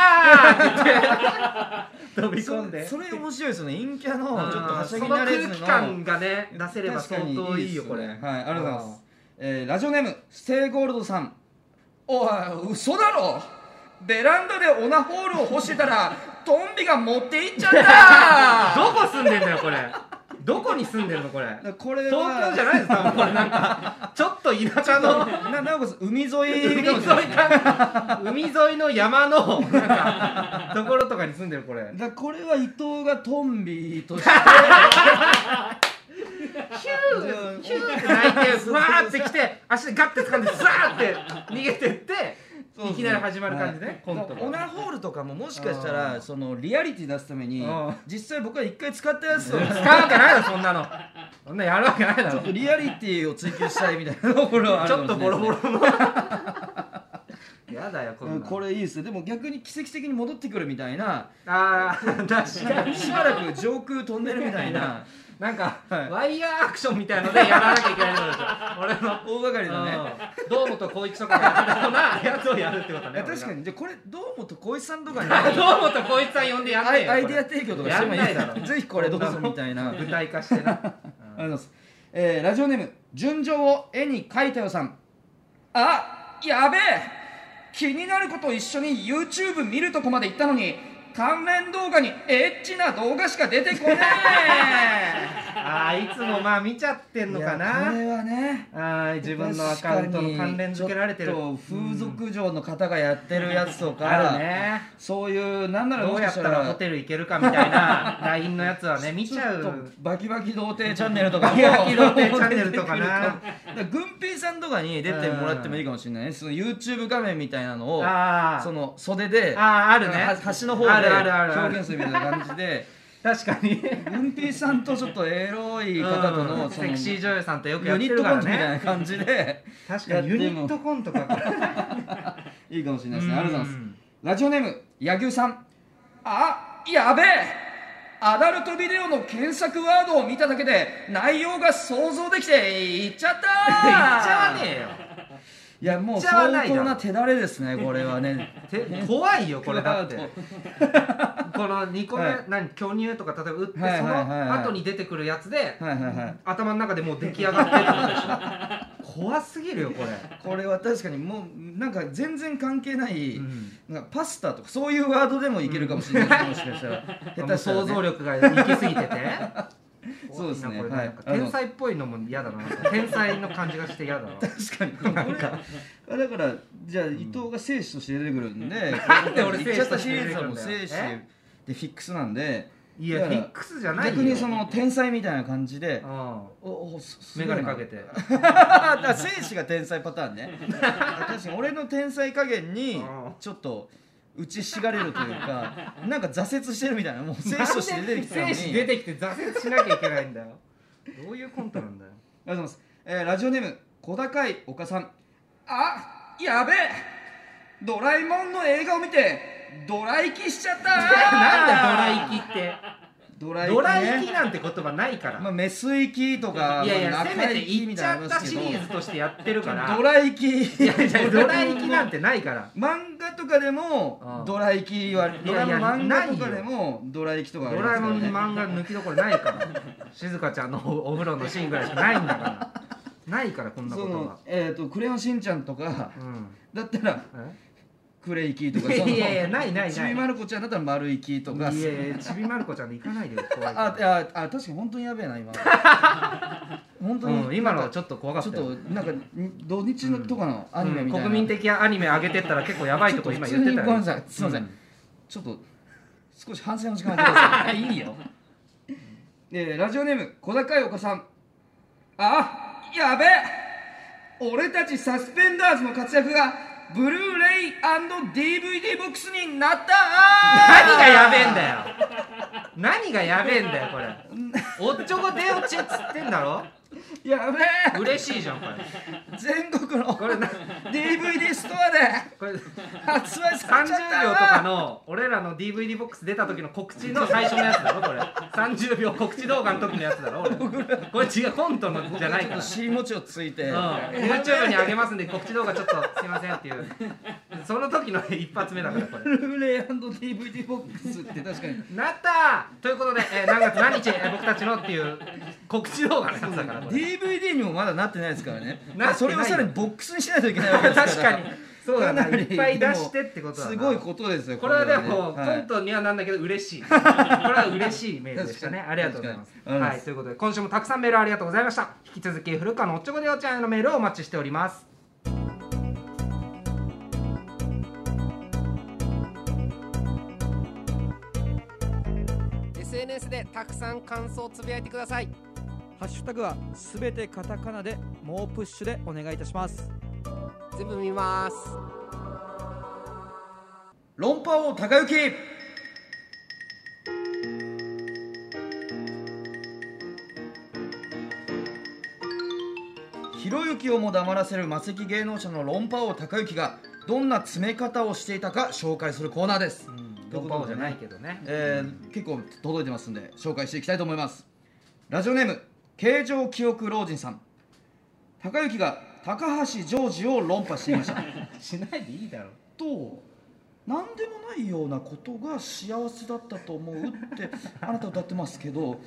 [SPEAKER 1] ー!」って飛び込んで
[SPEAKER 2] そそれ面白いですよね陰キャの
[SPEAKER 1] うん
[SPEAKER 2] ちょっとはしゃぎ
[SPEAKER 1] その
[SPEAKER 2] 慣れずの
[SPEAKER 1] 空気感がね出せれば相当いいよ
[SPEAKER 2] 確か
[SPEAKER 1] こ
[SPEAKER 2] に
[SPEAKER 1] れ
[SPEAKER 2] っすねはいありがとうございます、えーラジオネームステイゴールドさんおい嘘だろベランダでオナホールを干してた
[SPEAKER 1] *laughs*
[SPEAKER 2] らトンビが持っていっちゃった
[SPEAKER 1] あーどこ住んでんだよこれどこに住んでるのこれ
[SPEAKER 2] だからこれは
[SPEAKER 1] 東京じゃないです多分これなんかちょっと田舎の
[SPEAKER 2] ななおかつ *laughs* 海沿い
[SPEAKER 1] 海沿いか海沿いの山のなんかところとかに住んでるこれ
[SPEAKER 2] だからこれは伊藤がトンビとして
[SPEAKER 1] ヒューヒューって泣いてわーって来て足でガッて掴んでさーって逃げてっていきなり始まる感じね、コント
[SPEAKER 2] オナ
[SPEAKER 1] が
[SPEAKER 2] ホールとかももしかした
[SPEAKER 1] あー
[SPEAKER 2] らそのリアリティ出すために
[SPEAKER 1] あー
[SPEAKER 2] 実際僕は一回使ったやつを
[SPEAKER 1] 使うわけないだろそんなのそんなやるわけないだ
[SPEAKER 2] ちょ
[SPEAKER 1] ろ
[SPEAKER 2] っとリアリティを追求したいみたいなところはあ
[SPEAKER 1] ち
[SPEAKER 2] る
[SPEAKER 1] ょっ
[SPEAKER 2] か
[SPEAKER 1] と
[SPEAKER 2] もし
[SPEAKER 1] ボ
[SPEAKER 2] れな
[SPEAKER 1] ロ
[SPEAKER 2] い
[SPEAKER 1] ボ
[SPEAKER 2] ですね
[SPEAKER 1] ロのやだよこんな
[SPEAKER 2] うん
[SPEAKER 1] の
[SPEAKER 2] これいいですねでも逆に奇跡的に戻ってくるみたいな
[SPEAKER 1] あー確かに
[SPEAKER 2] しばらく上空飛んでるみたいな
[SPEAKER 1] *laughs* なんか、
[SPEAKER 2] はい
[SPEAKER 1] ワイヤーアクションみたいのでやらなきゃいけないのでしょ俺の
[SPEAKER 2] 大掛かりだね
[SPEAKER 1] うん堂本光一とかがやってたよう *laughs* なやつをやるってこと
[SPEAKER 2] い
[SPEAKER 1] ね
[SPEAKER 2] や確かにじゃあこれ堂本光一さんとか
[SPEAKER 1] 俺
[SPEAKER 2] に
[SPEAKER 1] が堂本光一さん呼んでやん
[SPEAKER 2] ア
[SPEAKER 1] ない
[SPEAKER 2] イ
[SPEAKER 1] よ
[SPEAKER 2] アイデア提供とかしてもいい
[SPEAKER 1] やんないだ
[SPEAKER 2] か
[SPEAKER 1] ろ
[SPEAKER 2] らぜひこれどうぞみたいな
[SPEAKER 1] 舞台化してな、
[SPEAKER 2] あ
[SPEAKER 1] *laughs*
[SPEAKER 2] りがとうございます。えーラジオネーム、純情を絵に描いたよさん。あ、やべえ気になること一緒に YouTube 見るとこまで行ったのに、関連動画にエッチな動画しか出て
[SPEAKER 1] *laughs*
[SPEAKER 2] こね
[SPEAKER 1] ああいつもまあ見ちゃって
[SPEAKER 2] え
[SPEAKER 1] んのか
[SPEAKER 2] いやこ
[SPEAKER 1] な
[SPEAKER 2] れはね、
[SPEAKER 1] ああ自分のアカウントの関連付けられてる
[SPEAKER 2] 確かにちょっと風俗嬢の方がやってるやつとか、
[SPEAKER 1] あるね
[SPEAKER 2] そういう、なんなら
[SPEAKER 1] ど
[SPEAKER 2] も
[SPEAKER 1] う
[SPEAKER 2] し
[SPEAKER 1] や
[SPEAKER 2] か
[SPEAKER 1] っ
[SPEAKER 2] したた
[SPEAKER 1] らホ
[SPEAKER 2] ら、
[SPEAKER 1] テル行けるかみた
[SPEAKER 2] *laughs*
[SPEAKER 1] いな LINE のやつはね見ちゃ
[SPEAKER 2] ちょっと
[SPEAKER 1] う
[SPEAKER 2] バキバキ童貞チャンネルとか
[SPEAKER 1] バキバキ童貞チャンネルとかな
[SPEAKER 2] 出てくるとだら軍兵さんとかに出てもらってもいいかもしれないねその YouTube 画面みたいなのを
[SPEAKER 1] ああ
[SPEAKER 2] その袖で
[SPEAKER 1] あーあるね
[SPEAKER 2] は端の方
[SPEAKER 1] あるあるある
[SPEAKER 2] で
[SPEAKER 1] ある
[SPEAKER 2] 表現するみたいな感じで
[SPEAKER 1] 確かに
[SPEAKER 2] 軍兵さんとちょっとエロい方との
[SPEAKER 1] うん
[SPEAKER 2] そ
[SPEAKER 1] セ
[SPEAKER 2] の
[SPEAKER 1] クシー女優さんとよくや
[SPEAKER 2] ユ
[SPEAKER 1] っ
[SPEAKER 2] ニ
[SPEAKER 1] て
[SPEAKER 2] ット
[SPEAKER 1] るか
[SPEAKER 2] コント
[SPEAKER 1] ら
[SPEAKER 2] みたい
[SPEAKER 1] ね
[SPEAKER 2] な感じで
[SPEAKER 1] 確かにユニットコントか
[SPEAKER 2] いいかもしれないですねありがとうございま
[SPEAKER 1] うん
[SPEAKER 2] すラジオネーム柳生さんあやべえアダルトビデオの検索ワードを見ただけで内容が想像できていっちゃった
[SPEAKER 1] 言っちゃわねえよ
[SPEAKER 2] いやもう
[SPEAKER 1] いっちゃわ
[SPEAKER 2] 相
[SPEAKER 1] ないだろ
[SPEAKER 2] 当な手だれですねこれはね
[SPEAKER 1] て怖い *laughs* よこれだって
[SPEAKER 2] クラウ
[SPEAKER 1] この2個目、
[SPEAKER 2] はい
[SPEAKER 1] 何巨乳とか例えば打って、
[SPEAKER 2] はいはいはいはい
[SPEAKER 1] その後に出てくるやつで、
[SPEAKER 2] はいはいはい
[SPEAKER 1] 頭の中でもう出来上がってるってことでしょ怖すぎるよ *laughs* これ、
[SPEAKER 2] これは確かにもうなんか全然関係ない、
[SPEAKER 1] うん
[SPEAKER 2] なんかパスタとかそういうワードでもいけるかもしれない、もしかしたら下
[SPEAKER 1] もう
[SPEAKER 2] 手したら、
[SPEAKER 1] 想
[SPEAKER 2] ね、
[SPEAKER 1] 像力が行き過ぎてて *laughs*
[SPEAKER 2] そうですね
[SPEAKER 1] 怖いなこれ
[SPEAKER 2] はい
[SPEAKER 1] なんか天才っぽいのも嫌だななんか天才の感じがして嫌だな
[SPEAKER 2] 確かにこれだからじゃあ伊藤が精子として出てくるんで、
[SPEAKER 1] んで俺
[SPEAKER 2] 言っちゃったシリーズはもう
[SPEAKER 1] 精
[SPEAKER 2] 精子
[SPEAKER 1] 子として出てくるんだよ
[SPEAKER 2] でフィックスなんで
[SPEAKER 1] *laughs* いや
[SPEAKER 2] だ
[SPEAKER 1] フ
[SPEAKER 2] か
[SPEAKER 1] ィ
[SPEAKER 2] ら
[SPEAKER 1] ックスじゃないよ
[SPEAKER 2] 逆にその天才みたいな感じでおおす
[SPEAKER 1] うん、眼鏡かけ
[SPEAKER 2] て
[SPEAKER 1] て
[SPEAKER 2] だから精子が天才パターンね確かに俺の天才加減に
[SPEAKER 1] うん
[SPEAKER 2] ちょっと打ちひしがれるというかなんか挫折してるみたいなもう精子として出てきてたのに
[SPEAKER 1] 精子出てきて挫折しなきゃいけないんだよどういうコントなんだよ
[SPEAKER 2] ありがとうございます、えーラジオネーム小高い岡さんあやべえドラえもんの映画を見てドライキしちゃった
[SPEAKER 1] *laughs* *laughs* なんだよドライキって
[SPEAKER 2] ドライキ、ね、
[SPEAKER 1] *laughs* ドライキなんて言葉ないから、
[SPEAKER 2] まあ、メスイキとか
[SPEAKER 1] いやいや
[SPEAKER 2] まあ
[SPEAKER 1] せめ
[SPEAKER 2] 中
[SPEAKER 1] て
[SPEAKER 2] イキ
[SPEAKER 1] 行っ
[SPEAKER 2] み
[SPEAKER 1] ち
[SPEAKER 2] たい
[SPEAKER 1] ゃ
[SPEAKER 2] なのあり
[SPEAKER 1] っ
[SPEAKER 2] ま
[SPEAKER 1] た
[SPEAKER 2] すけ
[SPEAKER 1] シ
[SPEAKER 2] ど
[SPEAKER 1] リーズとしてやってるから
[SPEAKER 2] ドライキ
[SPEAKER 1] いやいや *laughs* ドライキなんてないから
[SPEAKER 2] 漫画とかで
[SPEAKER 1] ああ
[SPEAKER 2] もドライキはドラえもん漫画とかでもドライキとかあ
[SPEAKER 1] ド
[SPEAKER 2] り
[SPEAKER 1] ラえもん
[SPEAKER 2] ます
[SPEAKER 1] に
[SPEAKER 2] からね
[SPEAKER 1] 漫画抜きどころないから静香ちゃんのおお風呂のシーンぐらいしかないんだからないからこんなこ
[SPEAKER 2] そ
[SPEAKER 1] と
[SPEAKER 2] の
[SPEAKER 1] は、
[SPEAKER 2] えー、とクレヨンしんちゃんとか
[SPEAKER 1] うん
[SPEAKER 2] だったらクレイキとか
[SPEAKER 1] え
[SPEAKER 2] その
[SPEAKER 1] いやいやないないない
[SPEAKER 2] ちびまる子ちゃんだったら丸いキとか
[SPEAKER 1] いやいやちびまる子ちゃんで行かないでよ怖い
[SPEAKER 2] あ
[SPEAKER 1] か
[SPEAKER 2] ああ確かに本当にやべえな
[SPEAKER 1] *laughs*
[SPEAKER 2] 今本当
[SPEAKER 1] ら、
[SPEAKER 2] に、
[SPEAKER 1] うん、今のは
[SPEAKER 2] ち
[SPEAKER 1] ちょっと怖か
[SPEAKER 2] ょ
[SPEAKER 1] った
[SPEAKER 2] っと
[SPEAKER 1] よ
[SPEAKER 2] なんかん土日のとかのアニメみたいな、
[SPEAKER 1] うん国民的アニメ上げてったら結構やばいとこ今言って
[SPEAKER 2] ちょ
[SPEAKER 1] た
[SPEAKER 2] っと普通にごめん
[SPEAKER 1] よ
[SPEAKER 2] なさいすいません、
[SPEAKER 1] うん
[SPEAKER 2] ちょっと少し反省の時間をください
[SPEAKER 1] *laughs*
[SPEAKER 2] いいよえーラジオネーム小高いお子さんあやべえ俺たちサスペンダーズの活躍がブルーレイ &DVD ボックスになった
[SPEAKER 1] 何がやべえんだよ何がやべえんだよこれおっちょこ出落ちっつってんだろ
[SPEAKER 2] やべえ
[SPEAKER 1] 嬉しいじゃんこれ
[SPEAKER 2] 全国の
[SPEAKER 1] これな
[SPEAKER 2] DVD ストアで
[SPEAKER 1] これ
[SPEAKER 2] 発売され
[SPEAKER 1] 30
[SPEAKER 2] ちゃった
[SPEAKER 1] 秒とかの俺らの DVD ボックス出た時の告知の最初のやつだろこれ30秒告知動画の時のやつだろ俺これ違うコントのじゃな
[SPEAKER 2] ち
[SPEAKER 1] い
[SPEAKER 2] ょ
[SPEAKER 1] か
[SPEAKER 2] っと
[SPEAKER 1] ら
[SPEAKER 2] 尻餅をついて、
[SPEAKER 1] うん、YouTube に上げますんで告知動画ちょっとすいませんっていうその時の一発目だからこれ
[SPEAKER 2] ブルーレイ &DVD ボックスって確かに
[SPEAKER 1] なったーということで、えー何月何日、えー僕たちのっていう告知動画のやつだからこれ
[SPEAKER 2] DVD にもまだなってないですからね
[SPEAKER 1] なってない
[SPEAKER 2] それをさらにボックスにしないといけないわけですから
[SPEAKER 1] 確かにそうだな
[SPEAKER 2] かなり
[SPEAKER 1] いっぱい出してってことだな
[SPEAKER 2] すごいことですよ
[SPEAKER 1] これはで
[SPEAKER 2] ね
[SPEAKER 1] も、
[SPEAKER 2] はい
[SPEAKER 1] コントにはなんだけど嬉しいこれは嬉しいメールでしたね
[SPEAKER 2] 確かに
[SPEAKER 1] ありがとうございます
[SPEAKER 2] 確かにうん
[SPEAKER 1] はいということで今週もたくさんメールありがとうございました引き続き古川のおっちょこでおちゃんへのメールをお待ちしております
[SPEAKER 3] す SNS でたくさん感想をつぶやいてください
[SPEAKER 4] ハッシュタグはすべてカタカナで猛プッシュでお願いいたします
[SPEAKER 3] 全部見ます
[SPEAKER 2] 論破王高行ひろゆきをも黙らせる魔石芸能者の論破王高行がどんな詰め方をしていたか紹介するコーナーです、という
[SPEAKER 1] ド
[SPEAKER 2] こ
[SPEAKER 1] ン
[SPEAKER 2] と
[SPEAKER 1] パ
[SPEAKER 2] で
[SPEAKER 1] オじゃないけどね
[SPEAKER 2] えー結構届いてますんで紹介していきたいと思いますラジオネーム形状記憶老人さん高行が高橋ジョージを論破していました
[SPEAKER 1] しないでいいだろ
[SPEAKER 2] と何でもないようなことが幸せだったと思う
[SPEAKER 1] *laughs*
[SPEAKER 2] ってあなた歌ってますけど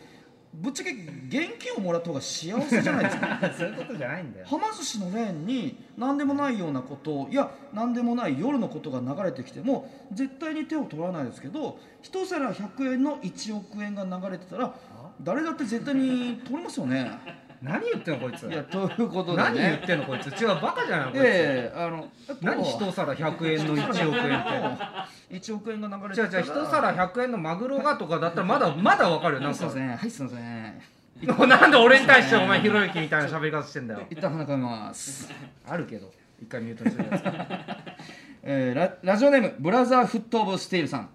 [SPEAKER 2] ぶっちゃけ現金をもらった方が幸せじゃないです
[SPEAKER 1] *laughs*
[SPEAKER 2] か
[SPEAKER 1] そういうことじゃないんだよ
[SPEAKER 2] はま寿司のレーンに何でもないようなこといや何でもない夜のことが流れてきても絶対に手を取らないですけど一皿100円の1億円が流れてたら誰だって絶対に取りますよ
[SPEAKER 1] *laughs*
[SPEAKER 2] ね
[SPEAKER 1] 何言ってんのこいつ
[SPEAKER 2] いやということで
[SPEAKER 1] 何言っ
[SPEAKER 2] ね
[SPEAKER 1] てんのこいつ違うバカじゃないのこいつ、
[SPEAKER 2] ええあのあと
[SPEAKER 1] 何一皿100円の1億円って
[SPEAKER 2] 1億円が流れ
[SPEAKER 1] じ
[SPEAKER 2] て
[SPEAKER 1] ゃあじゃあ一皿100円のマグロがとかだったらまだまだわかるよなん
[SPEAKER 2] すいま
[SPEAKER 1] か
[SPEAKER 2] せんはいすいません
[SPEAKER 1] なんで俺に対してお前ひろゆきみたいな喋り方してんだよ
[SPEAKER 2] 一旦鼻かみます、
[SPEAKER 1] あるけど一回ミュートにするやつ
[SPEAKER 2] えーララジオネームブラザーフット・オブ・スティールさん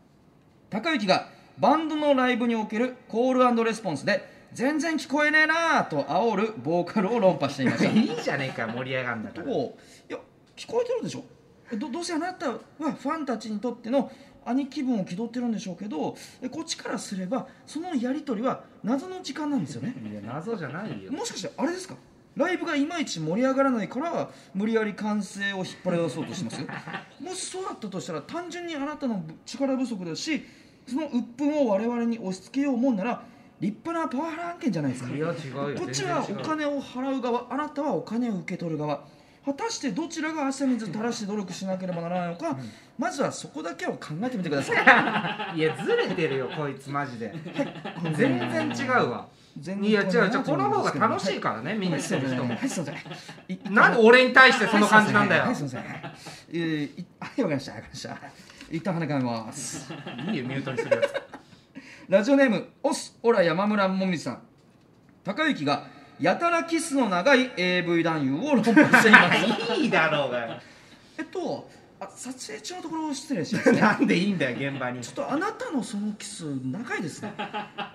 [SPEAKER 2] 高行がバンドのライブにおけるコールレスポンスで全然聞こえねえなあと煽るボーカルを論破していました
[SPEAKER 1] いいじゃねえかよ盛り上がんだから
[SPEAKER 2] おいや聞こえてるでしょどどうせあなたはファンたちにとっての兄貴分を気取ってるんでしょうけどえこっちからすればそのやり取りは謎の時間なんですよね
[SPEAKER 1] いや謎じゃないよ
[SPEAKER 2] もしかしてあれですかライブがいまいち盛り上がらないから無理やり歓声を引っ張り出そうとしてます
[SPEAKER 1] *laughs*
[SPEAKER 2] もしそうだったとしたら単純にあなたの力不足だしその鬱憤を我々に押し付けようもんなら立派なパワハラ案件じゃないですか
[SPEAKER 1] いや違うよ
[SPEAKER 2] こっちはお
[SPEAKER 1] 全然違う
[SPEAKER 2] 金を払う側あなたはお金を受け取る側果たしてどちらが汗水垂らして努力しなければならないのか、まずはそこだけを考えてみてくださ
[SPEAKER 1] *laughs*
[SPEAKER 2] い
[SPEAKER 1] いやずれてるよこいつマジで全然違うわ
[SPEAKER 2] 全然
[SPEAKER 1] いや違う違う
[SPEAKER 2] と
[SPEAKER 1] こ
[SPEAKER 2] 思
[SPEAKER 1] の
[SPEAKER 2] うんです
[SPEAKER 1] 方が
[SPEAKER 2] けど
[SPEAKER 1] 楽しいからね見に来てる人も
[SPEAKER 2] はいすいませんはいすいません
[SPEAKER 1] なんで俺に対してその感じなんだよ
[SPEAKER 2] はい、すみません。はい、えーいはい、わかりました。わかりました。一旦鼻かみます。
[SPEAKER 1] いいよミュートにするやつ
[SPEAKER 2] ラジオネーム、オス、オラ山村もみじさん。高行が、やたらキスの長い AV 男優を論破しています。
[SPEAKER 1] いいだろうが
[SPEAKER 2] *laughs* えっと、あ、撮影中のところ失礼しますね。
[SPEAKER 1] *laughs* なんでいいんだよ現場に
[SPEAKER 2] ちょっとあなたのそのキス長い
[SPEAKER 1] *laughs*
[SPEAKER 2] ですね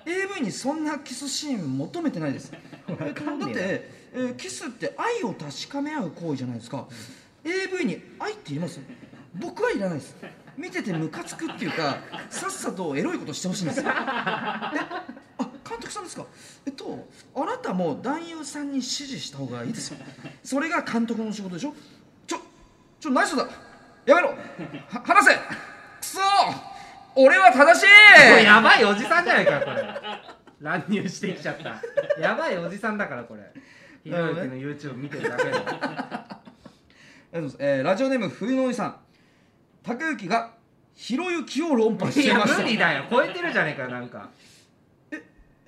[SPEAKER 2] AV にそんなキスシーン求めてないですえっとだ
[SPEAKER 1] んね
[SPEAKER 2] っ
[SPEAKER 1] え
[SPEAKER 2] て、
[SPEAKER 1] な
[SPEAKER 2] えーキスって愛を確かめ合う行為じゃないですか、AV に愛って言います僕はいらないです見ててムカつくっていうかさっさとエロいことしてほしいんですよえあ監督さんですかえっとあなたも男優さんに指示した方がいいですよそれが監督の仕事でしょちょちょ何そだやめろは話せくそ俺は正し
[SPEAKER 1] これ
[SPEAKER 2] い
[SPEAKER 1] やばいおじさんじゃないかこれ乱入してきちゃったやばいおじさんだからこれひろゆきの YouTube 見てるだけで
[SPEAKER 2] ありがとうございますえーラジオネーム冬のおじさん竹内がひろゆきを論破し
[SPEAKER 1] い
[SPEAKER 2] てい
[SPEAKER 1] や
[SPEAKER 2] ました
[SPEAKER 1] 無理だよ超えてるじゃねえかよなんか
[SPEAKER 2] え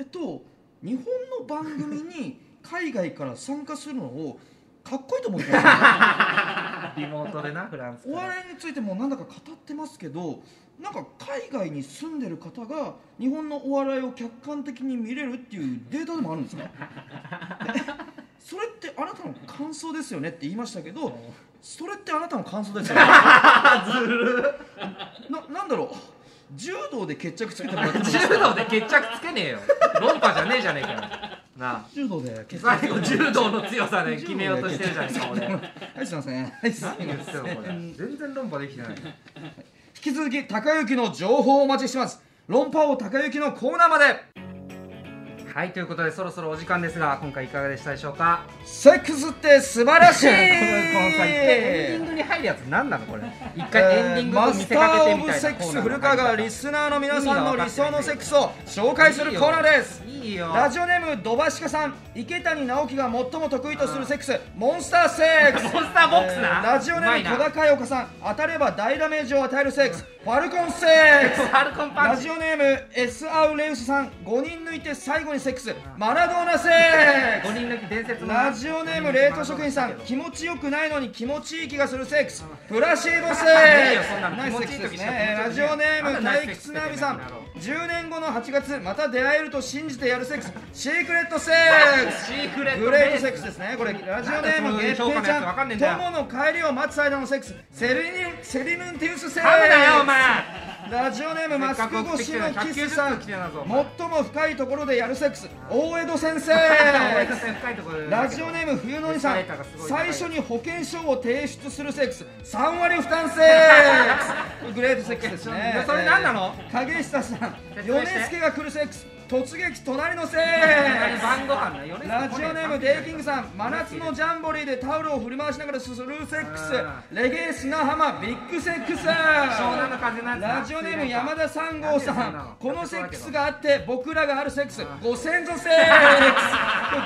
[SPEAKER 2] っと日本の番組に海外から参加するのをかっこいいと思ってます
[SPEAKER 1] リモートでなフランス
[SPEAKER 2] お
[SPEAKER 1] から
[SPEAKER 2] 笑いについてもなんだか語ってますけどなんか海外に住んでる方が日 *laughs* 本のお笑いを客観的に見れるっていうデータでもあるんですかえそれってあなたの感想ですよねって言いましたけど、それってあなたの感想ですよねななんだろう柔道で決着つけてもらってもいいです
[SPEAKER 1] 柔
[SPEAKER 2] か
[SPEAKER 1] 道で決着つけねえよ論破じゃねえじゃねえかよなあ
[SPEAKER 2] 柔道で決着
[SPEAKER 1] 最後柔道の強さで決めようとしてるじゃねえか俺
[SPEAKER 2] *laughs* はいすいませんはいすいませ
[SPEAKER 1] 何
[SPEAKER 2] ん
[SPEAKER 1] 言ってんのこれ全然論破できてない
[SPEAKER 2] 引き続き高雪の情報をお待ちしてます論破王高雪のコーナーまで
[SPEAKER 1] はいということでそろそろお時間ですが今回いかがでしたでしょうか
[SPEAKER 2] セックスって素晴らしい
[SPEAKER 1] このさ一回エンディングに入るやつ何なのこれ一回エンディングを
[SPEAKER 2] マ
[SPEAKER 1] 見
[SPEAKER 2] スタ
[SPEAKER 1] せかけ
[SPEAKER 2] ー・
[SPEAKER 1] て
[SPEAKER 2] オ
[SPEAKER 1] み
[SPEAKER 2] ブ・
[SPEAKER 1] たい
[SPEAKER 2] セ
[SPEAKER 1] な
[SPEAKER 2] ック
[SPEAKER 1] コー
[SPEAKER 2] ス
[SPEAKER 1] ナー
[SPEAKER 2] 古川がリスナーの皆さんの理想のセックスを紹介するコーナーです
[SPEAKER 1] いいよ
[SPEAKER 2] ラジオネームドバシカさん池谷直樹が最も得意とするセックスモンスターセックス
[SPEAKER 1] モンスターボックスな、
[SPEAKER 2] えーラジオネーム戸田佳代子さん当たれば大ダメージを与えるセックスファルコンセックス
[SPEAKER 1] ファルコンパ
[SPEAKER 2] ラ
[SPEAKER 1] ンチ
[SPEAKER 2] ジオネーム S アウレウスさん5人抜いて最後にセックスマラドーナセック
[SPEAKER 1] 5人抜き伝説
[SPEAKER 2] ス
[SPEAKER 1] の
[SPEAKER 2] ラジオネーム冷凍食品さん気持ちよくないのに気持ちいい気がするセックスプラシー
[SPEAKER 1] *laughs*
[SPEAKER 2] ドセ
[SPEAKER 1] ね
[SPEAKER 2] ッ
[SPEAKER 1] えよ
[SPEAKER 2] ク
[SPEAKER 1] そんなの
[SPEAKER 2] スナイスセックス
[SPEAKER 1] 気持ちい
[SPEAKER 2] で
[SPEAKER 1] い時
[SPEAKER 2] す
[SPEAKER 1] しか
[SPEAKER 2] ね
[SPEAKER 1] 気
[SPEAKER 2] ラ
[SPEAKER 1] 持ち
[SPEAKER 2] ジ
[SPEAKER 1] よ
[SPEAKER 2] オ
[SPEAKER 1] く
[SPEAKER 2] ネ
[SPEAKER 1] ない
[SPEAKER 2] ーム大吉なみさん
[SPEAKER 1] あんなナイスセックスっ
[SPEAKER 2] 10
[SPEAKER 1] て
[SPEAKER 2] 年後の8月また出会えると信じてやるセックスシークレットセックス
[SPEAKER 1] シークレット
[SPEAKER 2] グレートセックスですねこれラジオネーム月
[SPEAKER 1] 評
[SPEAKER 2] 平
[SPEAKER 1] 価の
[SPEAKER 2] ち
[SPEAKER 1] やつわか
[SPEAKER 2] ゃ
[SPEAKER 1] んねえ
[SPEAKER 2] ん
[SPEAKER 1] んだよ
[SPEAKER 2] 友の帰りを待つ間のセックスセリニセリヌンティウスセック
[SPEAKER 1] ハム
[SPEAKER 2] ス
[SPEAKER 1] だよお前
[SPEAKER 2] ラジオネームマスク越しのキスさん最も深いところでやるセックス大江戸先
[SPEAKER 1] *laughs*
[SPEAKER 2] 生
[SPEAKER 1] 俺が深いところで
[SPEAKER 2] ラジオネーム冬のりさん最初に保険証を提出するセックス3割負担セックスグレートセックスですね
[SPEAKER 1] それ何なの
[SPEAKER 2] えー影久さん
[SPEAKER 1] 説明
[SPEAKER 2] 米
[SPEAKER 1] して
[SPEAKER 2] 助が来るセックス突撃隣のセックス
[SPEAKER 1] 晩ご飯なよね
[SPEAKER 2] ラジオネームデイキングさん真夏のジャンボリーでタオルを振り回しながらすするセック
[SPEAKER 1] あ
[SPEAKER 2] スレゲエ砂浜ビッグセックス
[SPEAKER 1] 湘南の風のやつな
[SPEAKER 2] ラジオネーム山田三号さ
[SPEAKER 1] なんでそんなの
[SPEAKER 2] んこのセックスがあって僕らがあるセックスご先祖セックスこ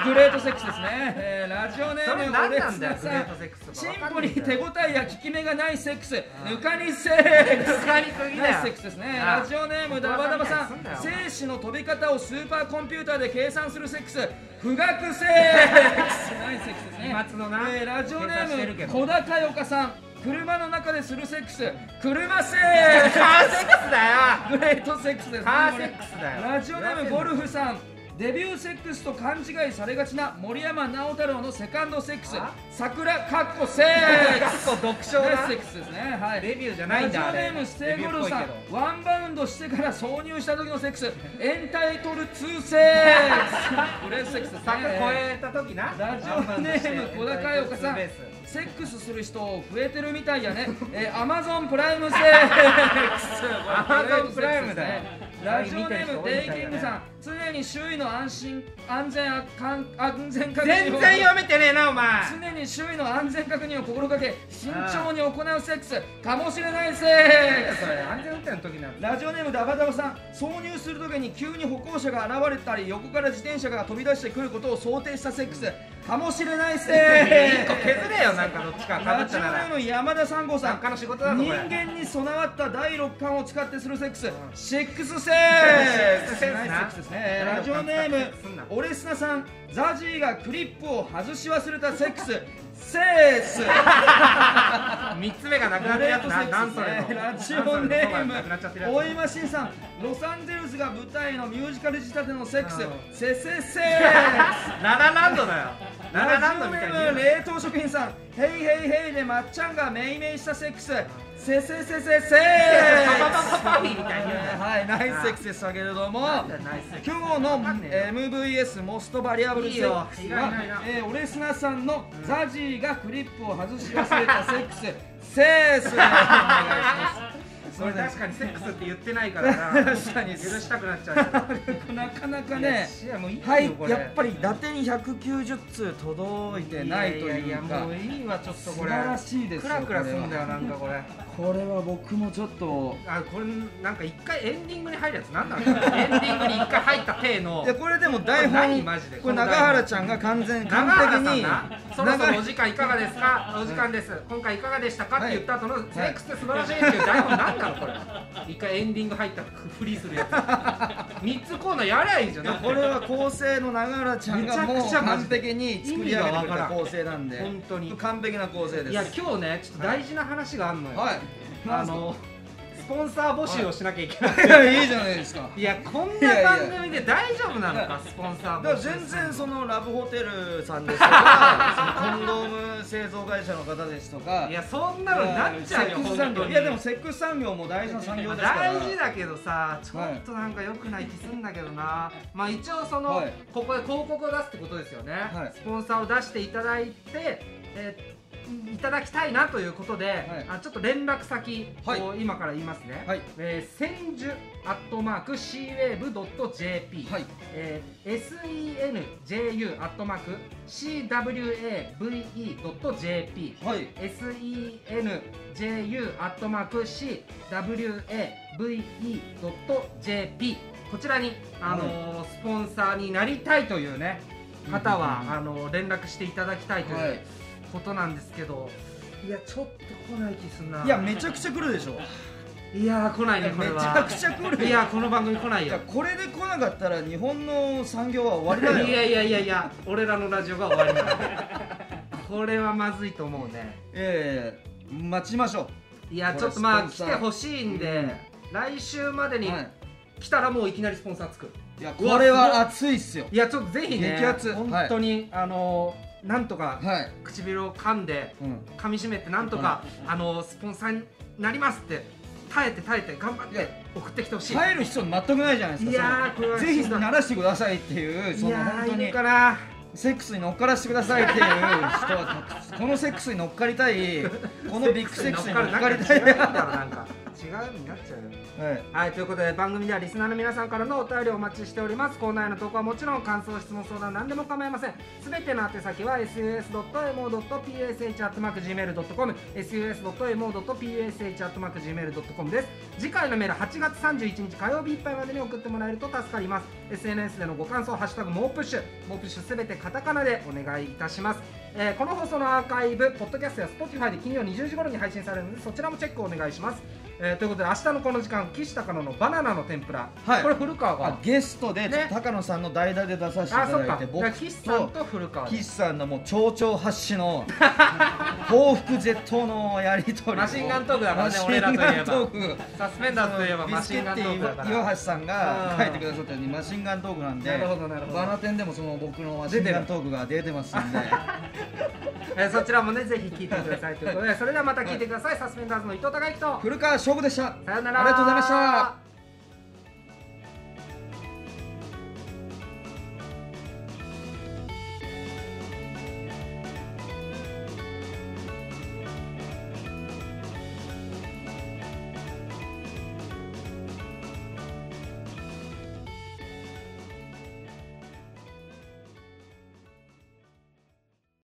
[SPEAKER 2] れグレートセックスですね、えーラジオネ
[SPEAKER 1] それ
[SPEAKER 2] ーム
[SPEAKER 1] 何
[SPEAKER 2] オレ
[SPEAKER 1] なん
[SPEAKER 2] ツ
[SPEAKER 1] だよ
[SPEAKER 2] ナさ
[SPEAKER 1] グレ
[SPEAKER 2] ん
[SPEAKER 1] ートセックスとか
[SPEAKER 2] チ
[SPEAKER 1] わか
[SPEAKER 2] ン
[SPEAKER 1] ん
[SPEAKER 2] ポ
[SPEAKER 1] ない
[SPEAKER 2] に
[SPEAKER 1] んだよ
[SPEAKER 2] 手応えや効き目がないセックスぬかにセックス
[SPEAKER 1] 使いにくぎ
[SPEAKER 2] ナ
[SPEAKER 1] だ
[SPEAKER 2] イ
[SPEAKER 1] よ
[SPEAKER 2] スセックスですね
[SPEAKER 1] ああ
[SPEAKER 2] ラジオネームダバダバさ
[SPEAKER 1] 大人
[SPEAKER 2] ん
[SPEAKER 1] みたいにすんなよ
[SPEAKER 2] 精子の飛び方をスーパーコンピューターで計算するセックス富岳セックスナイスセックスですね
[SPEAKER 1] 飛沫のな
[SPEAKER 2] えーラジオネ
[SPEAKER 1] 計算してるけ
[SPEAKER 2] ー
[SPEAKER 1] ど
[SPEAKER 2] ム小田佳代香さん車の中でするセックス車セックス
[SPEAKER 1] カーセックスだ
[SPEAKER 2] グレートセックスですね
[SPEAKER 1] カーセックスだよ
[SPEAKER 2] これラジオネームゴルフさんデビューセックスと勘違いされがちな森山直太朗のセカンドセックス
[SPEAKER 1] あ
[SPEAKER 2] 桜かっこセックス
[SPEAKER 1] よ独唱
[SPEAKER 2] ナイス
[SPEAKER 1] だ
[SPEAKER 2] セックスですねはい
[SPEAKER 1] デビューじゃないんだ
[SPEAKER 2] ラジオネームステイゴルフさ
[SPEAKER 1] デビューっぽい
[SPEAKER 2] ん
[SPEAKER 1] け
[SPEAKER 2] ワンバウンドしてから挿入した時のセック
[SPEAKER 1] *laughs*
[SPEAKER 2] スエンタイトル2セックスグレートセックスですね
[SPEAKER 1] 柵越えた時な
[SPEAKER 2] ラジオネーム小高代岡さん
[SPEAKER 1] ベース
[SPEAKER 2] セックスする人増えてるみたいや
[SPEAKER 1] *laughs*
[SPEAKER 2] ねえー Amazon プライムセックス
[SPEAKER 1] Amazon プライムだよ
[SPEAKER 2] ラジオネームデイキングさん常に周囲の安心安全あかん安全確認
[SPEAKER 1] 全
[SPEAKER 2] を
[SPEAKER 1] 然読めてねえなお前
[SPEAKER 2] 常に周囲の安全確認を心がけ慎重に行うセックスかもしれないセックス
[SPEAKER 1] それ安全運転の時なんだ
[SPEAKER 2] ラジオネームダバダバさん挿入する時に急に歩行者が現れたり横から自転車が飛び出してくることを想定したセックスかもしれないセッ
[SPEAKER 1] 一 *laughs* 個
[SPEAKER 2] ク
[SPEAKER 1] 削れよなんかどっちか
[SPEAKER 2] ス
[SPEAKER 1] かぶ
[SPEAKER 2] ラ
[SPEAKER 1] った
[SPEAKER 2] ジオネ
[SPEAKER 1] なら
[SPEAKER 2] ーム山田三号さん
[SPEAKER 1] 作家の仕事だぞこ
[SPEAKER 2] 人間
[SPEAKER 1] れ
[SPEAKER 2] に備わった第六感を使ってするセックスシックスセックス
[SPEAKER 1] セック
[SPEAKER 2] ナイ
[SPEAKER 1] スな
[SPEAKER 2] スセックスですね
[SPEAKER 1] 第
[SPEAKER 2] ラ
[SPEAKER 1] 六
[SPEAKER 2] ジオ
[SPEAKER 1] 感
[SPEAKER 2] ネ
[SPEAKER 1] 使って
[SPEAKER 2] ーム
[SPEAKER 1] すんな
[SPEAKER 2] オレスナさんザジーがクリップを外し忘れたセック
[SPEAKER 1] *laughs*
[SPEAKER 2] スセックス
[SPEAKER 1] 三つ目がなくな
[SPEAKER 2] ラ
[SPEAKER 1] って
[SPEAKER 2] レ
[SPEAKER 1] や
[SPEAKER 2] ー
[SPEAKER 1] つ
[SPEAKER 2] トセ
[SPEAKER 1] な
[SPEAKER 2] ッ
[SPEAKER 1] なん
[SPEAKER 2] クス
[SPEAKER 1] それ
[SPEAKER 2] ね
[SPEAKER 1] の
[SPEAKER 2] ラジオネーム
[SPEAKER 1] なくなっちゃってるやつ
[SPEAKER 2] 大井マシンさんロサンゼルスが舞台のミュージカル仕立てのセックス
[SPEAKER 1] うん
[SPEAKER 2] せせせー
[SPEAKER 1] ララランドだよラララ
[SPEAKER 2] ラ
[SPEAKER 1] ン
[SPEAKER 2] ジ
[SPEAKER 1] ド
[SPEAKER 2] オ
[SPEAKER 1] み
[SPEAKER 2] ネ
[SPEAKER 1] たいに
[SPEAKER 2] ーム
[SPEAKER 1] 言うな
[SPEAKER 2] 冷凍食品さんヘイヘイヘイでまっちゃんがめいめいしたセックスせせせせせ
[SPEAKER 1] *laughs* パパパパパフィーみたいに言うな
[SPEAKER 2] はいナイスセックスでしたけれども
[SPEAKER 1] なんだよナイスセックス
[SPEAKER 2] 今日の
[SPEAKER 1] わかんねえよ
[SPEAKER 2] MVS モストバリアブルセックス
[SPEAKER 1] いいよいらないいら
[SPEAKER 2] は
[SPEAKER 1] な
[SPEAKER 2] えーオレスナさんのザジーがクリップを外し忘れたセックスセースお願いします
[SPEAKER 1] *laughs* それ確かにセックスって言ってないから
[SPEAKER 2] 確
[SPEAKER 1] な
[SPEAKER 2] かに
[SPEAKER 1] 許したくなっちゃうよ
[SPEAKER 2] なかなか
[SPEAKER 1] いや
[SPEAKER 2] ね
[SPEAKER 1] いやもういいよ
[SPEAKER 2] はい
[SPEAKER 1] これ
[SPEAKER 2] やっぱり伊達に190通届いてないという
[SPEAKER 1] やや
[SPEAKER 2] か
[SPEAKER 1] もういいわちょっとこれ
[SPEAKER 2] 素晴らしいですよ
[SPEAKER 1] クラクラすんだよなんかこれ
[SPEAKER 2] これは僕もちょっと
[SPEAKER 1] あこれなんか一回エンディングに入るやつ何なんだろうエンディングに一回入った体の
[SPEAKER 2] いやこれでも台
[SPEAKER 1] これ何
[SPEAKER 2] 本
[SPEAKER 1] マジで
[SPEAKER 2] これ永原ちゃんが完全
[SPEAKER 1] 長
[SPEAKER 2] 完
[SPEAKER 1] 原さ
[SPEAKER 2] 璧
[SPEAKER 1] ん
[SPEAKER 2] に
[SPEAKER 1] なそろそろお
[SPEAKER 2] 長
[SPEAKER 1] 時間いかがですかお時間です今回いかがでしたかって言った後のセックスって素晴らしいっていう台本何なのこれ一回エンディング入ったフリーするや *laughs* つ3つコーナーやりゃい *laughs* いじゃんだって
[SPEAKER 2] これは構成の永原ちゃんが
[SPEAKER 1] めちゃ
[SPEAKER 2] も
[SPEAKER 1] く
[SPEAKER 2] う
[SPEAKER 1] ちゃマ
[SPEAKER 2] 完
[SPEAKER 1] ジで
[SPEAKER 2] 璧に作り上げてくれた構成なんで
[SPEAKER 1] 本当に
[SPEAKER 2] 完璧な構成です
[SPEAKER 1] いや今日ねちょっと大事な話があんのよ、
[SPEAKER 2] はい
[SPEAKER 1] あのスポンサー募集をしなきゃいけない、
[SPEAKER 2] いいじゃないですか
[SPEAKER 1] い、やこん
[SPEAKER 2] いやい
[SPEAKER 1] な
[SPEAKER 2] や
[SPEAKER 1] 番組で大丈夫なのかスポンサー
[SPEAKER 2] だから
[SPEAKER 1] 募集
[SPEAKER 2] 全然そのラブホテルさんですとかそのコンドーム製造会社の方ですとか
[SPEAKER 1] いやそんなのになっちゃうよ
[SPEAKER 2] セックス産業
[SPEAKER 1] 本当に
[SPEAKER 2] いやでもセックス産業も大事な産業ですから
[SPEAKER 1] 大事だけどさちょっとなんか良くない気すんだけどな、まあ一応その、
[SPEAKER 2] はい
[SPEAKER 1] ここで広告を出すってことですよね、
[SPEAKER 2] はい
[SPEAKER 1] スポンサーを出していただいて、えーいただきたいなということで、
[SPEAKER 2] い
[SPEAKER 1] あちょっと連絡先
[SPEAKER 2] はい
[SPEAKER 1] を今から言いますね、
[SPEAKER 2] はい
[SPEAKER 1] えー、千住アットマーク CWAVE.jp、
[SPEAKER 2] はい
[SPEAKER 1] えー SENJU アットマーク CWAVE.jp
[SPEAKER 2] はい
[SPEAKER 1] senju.cwave.jp こちらに、あのースポンサーになりたいというね方は、あのー連絡していただきたいと
[SPEAKER 2] は
[SPEAKER 1] いう
[SPEAKER 2] い
[SPEAKER 1] ことなんですけど、い、やちょっと来ない気すんない
[SPEAKER 2] いやめちゃくちゃ来るでしょ
[SPEAKER 1] いやー来ないねこれ
[SPEAKER 2] めちゃ
[SPEAKER 1] は
[SPEAKER 2] くちゃ来る
[SPEAKER 1] いやーこの番組来ない
[SPEAKER 2] い
[SPEAKER 1] よ
[SPEAKER 2] やこれで来なかったら日本の産業は終
[SPEAKER 1] い
[SPEAKER 2] わりだ
[SPEAKER 1] や
[SPEAKER 2] よ
[SPEAKER 1] いやいやいや俺らのラジオが終わりだこれはまずいと思うね
[SPEAKER 2] ええ待ちましょ
[SPEAKER 1] いや
[SPEAKER 2] これ
[SPEAKER 1] ちょっとまあ
[SPEAKER 2] スポン
[SPEAKER 1] 来て
[SPEAKER 2] サー
[SPEAKER 1] ほしいんで、来週まで
[SPEAKER 2] う、
[SPEAKER 1] に
[SPEAKER 2] はい、
[SPEAKER 1] 来たらもういきなりスポンサーつく
[SPEAKER 2] いや
[SPEAKER 1] うわ
[SPEAKER 2] これは熱いっすよ
[SPEAKER 1] いやちょっとぜひね
[SPEAKER 2] 激アツ
[SPEAKER 1] 本当に、あのーなんとか
[SPEAKER 2] はい、
[SPEAKER 1] 唇を噛んで
[SPEAKER 2] うん、
[SPEAKER 1] 噛みしめてなんとか、あのースポンサーになりますって耐えて耐えて頑張っ
[SPEAKER 2] いや
[SPEAKER 1] て送ってきてほしい
[SPEAKER 2] 入る必要全くないじゃないですか
[SPEAKER 1] いや
[SPEAKER 2] そ
[SPEAKER 1] ーこれは
[SPEAKER 2] ぜひ
[SPEAKER 1] そうだ
[SPEAKER 2] 鳴らしてくださいっていうそ
[SPEAKER 1] い
[SPEAKER 2] の
[SPEAKER 1] や
[SPEAKER 2] 本当
[SPEAKER 1] ーい
[SPEAKER 2] に
[SPEAKER 1] るかな
[SPEAKER 2] セックスに乗っからしてくださいっていう人はたく
[SPEAKER 1] *laughs*
[SPEAKER 2] さんこのセックスに乗っかりたいこのビッグセックスに乗っかりたい
[SPEAKER 1] なんか違うんだろなんか違うになっちゃうよ
[SPEAKER 2] *laughs* はい
[SPEAKER 1] はい、ということで番組ではリスナーの皆さんからのお便りをお待ちしておりますコーナーへの投稿はもちろん感想質問相談何でも構いませんすべての宛先は sus.mo.psh.gmail.com sus.mo.psh.gmail.com です次回のメール8月31日火曜日いっぱいまでに送ってもらえると助かります SNS でのご感想「ハッシュタグもうプッシュ」もうプッシュすべてカタカナでお願いいたします、えーこの放送のアーカイブポッドキャストや Spotify で金曜20時頃に配信されるのでそちらもチェックお願いしますえーということで明日のこの時間岸高野のバナナの天ぷら、
[SPEAKER 2] はい
[SPEAKER 1] これ古川
[SPEAKER 2] あ
[SPEAKER 1] が
[SPEAKER 2] ゲストで、
[SPEAKER 1] ね
[SPEAKER 2] 高野さんの代打で出させてい
[SPEAKER 1] あそ
[SPEAKER 2] ただ
[SPEAKER 1] っか
[SPEAKER 2] いて
[SPEAKER 1] だから岸さんと古川で
[SPEAKER 2] 岸さんのもう蝶々発し
[SPEAKER 1] *laughs*
[SPEAKER 2] の報復絶倒のやり取りを
[SPEAKER 1] マシンガントークだからね
[SPEAKER 2] マシン
[SPEAKER 1] 俺らといえば
[SPEAKER 2] ガントーク
[SPEAKER 1] サスペンダーズといえばマシンガントークだか
[SPEAKER 2] ビスケッティ岩
[SPEAKER 1] ら
[SPEAKER 2] 橋さんが書いてくださったようにマシンガントークなんで
[SPEAKER 1] なるほどなるほど
[SPEAKER 2] バナテンでもその僕のマシンガントークが出てますんで
[SPEAKER 1] えーそちらもねぜひ聞いてくださいということでそれではまた聞いてください、サスペンダーズの伊藤孝之と
[SPEAKER 2] 古川翔吾でした
[SPEAKER 1] さよなら
[SPEAKER 2] ありがとうございました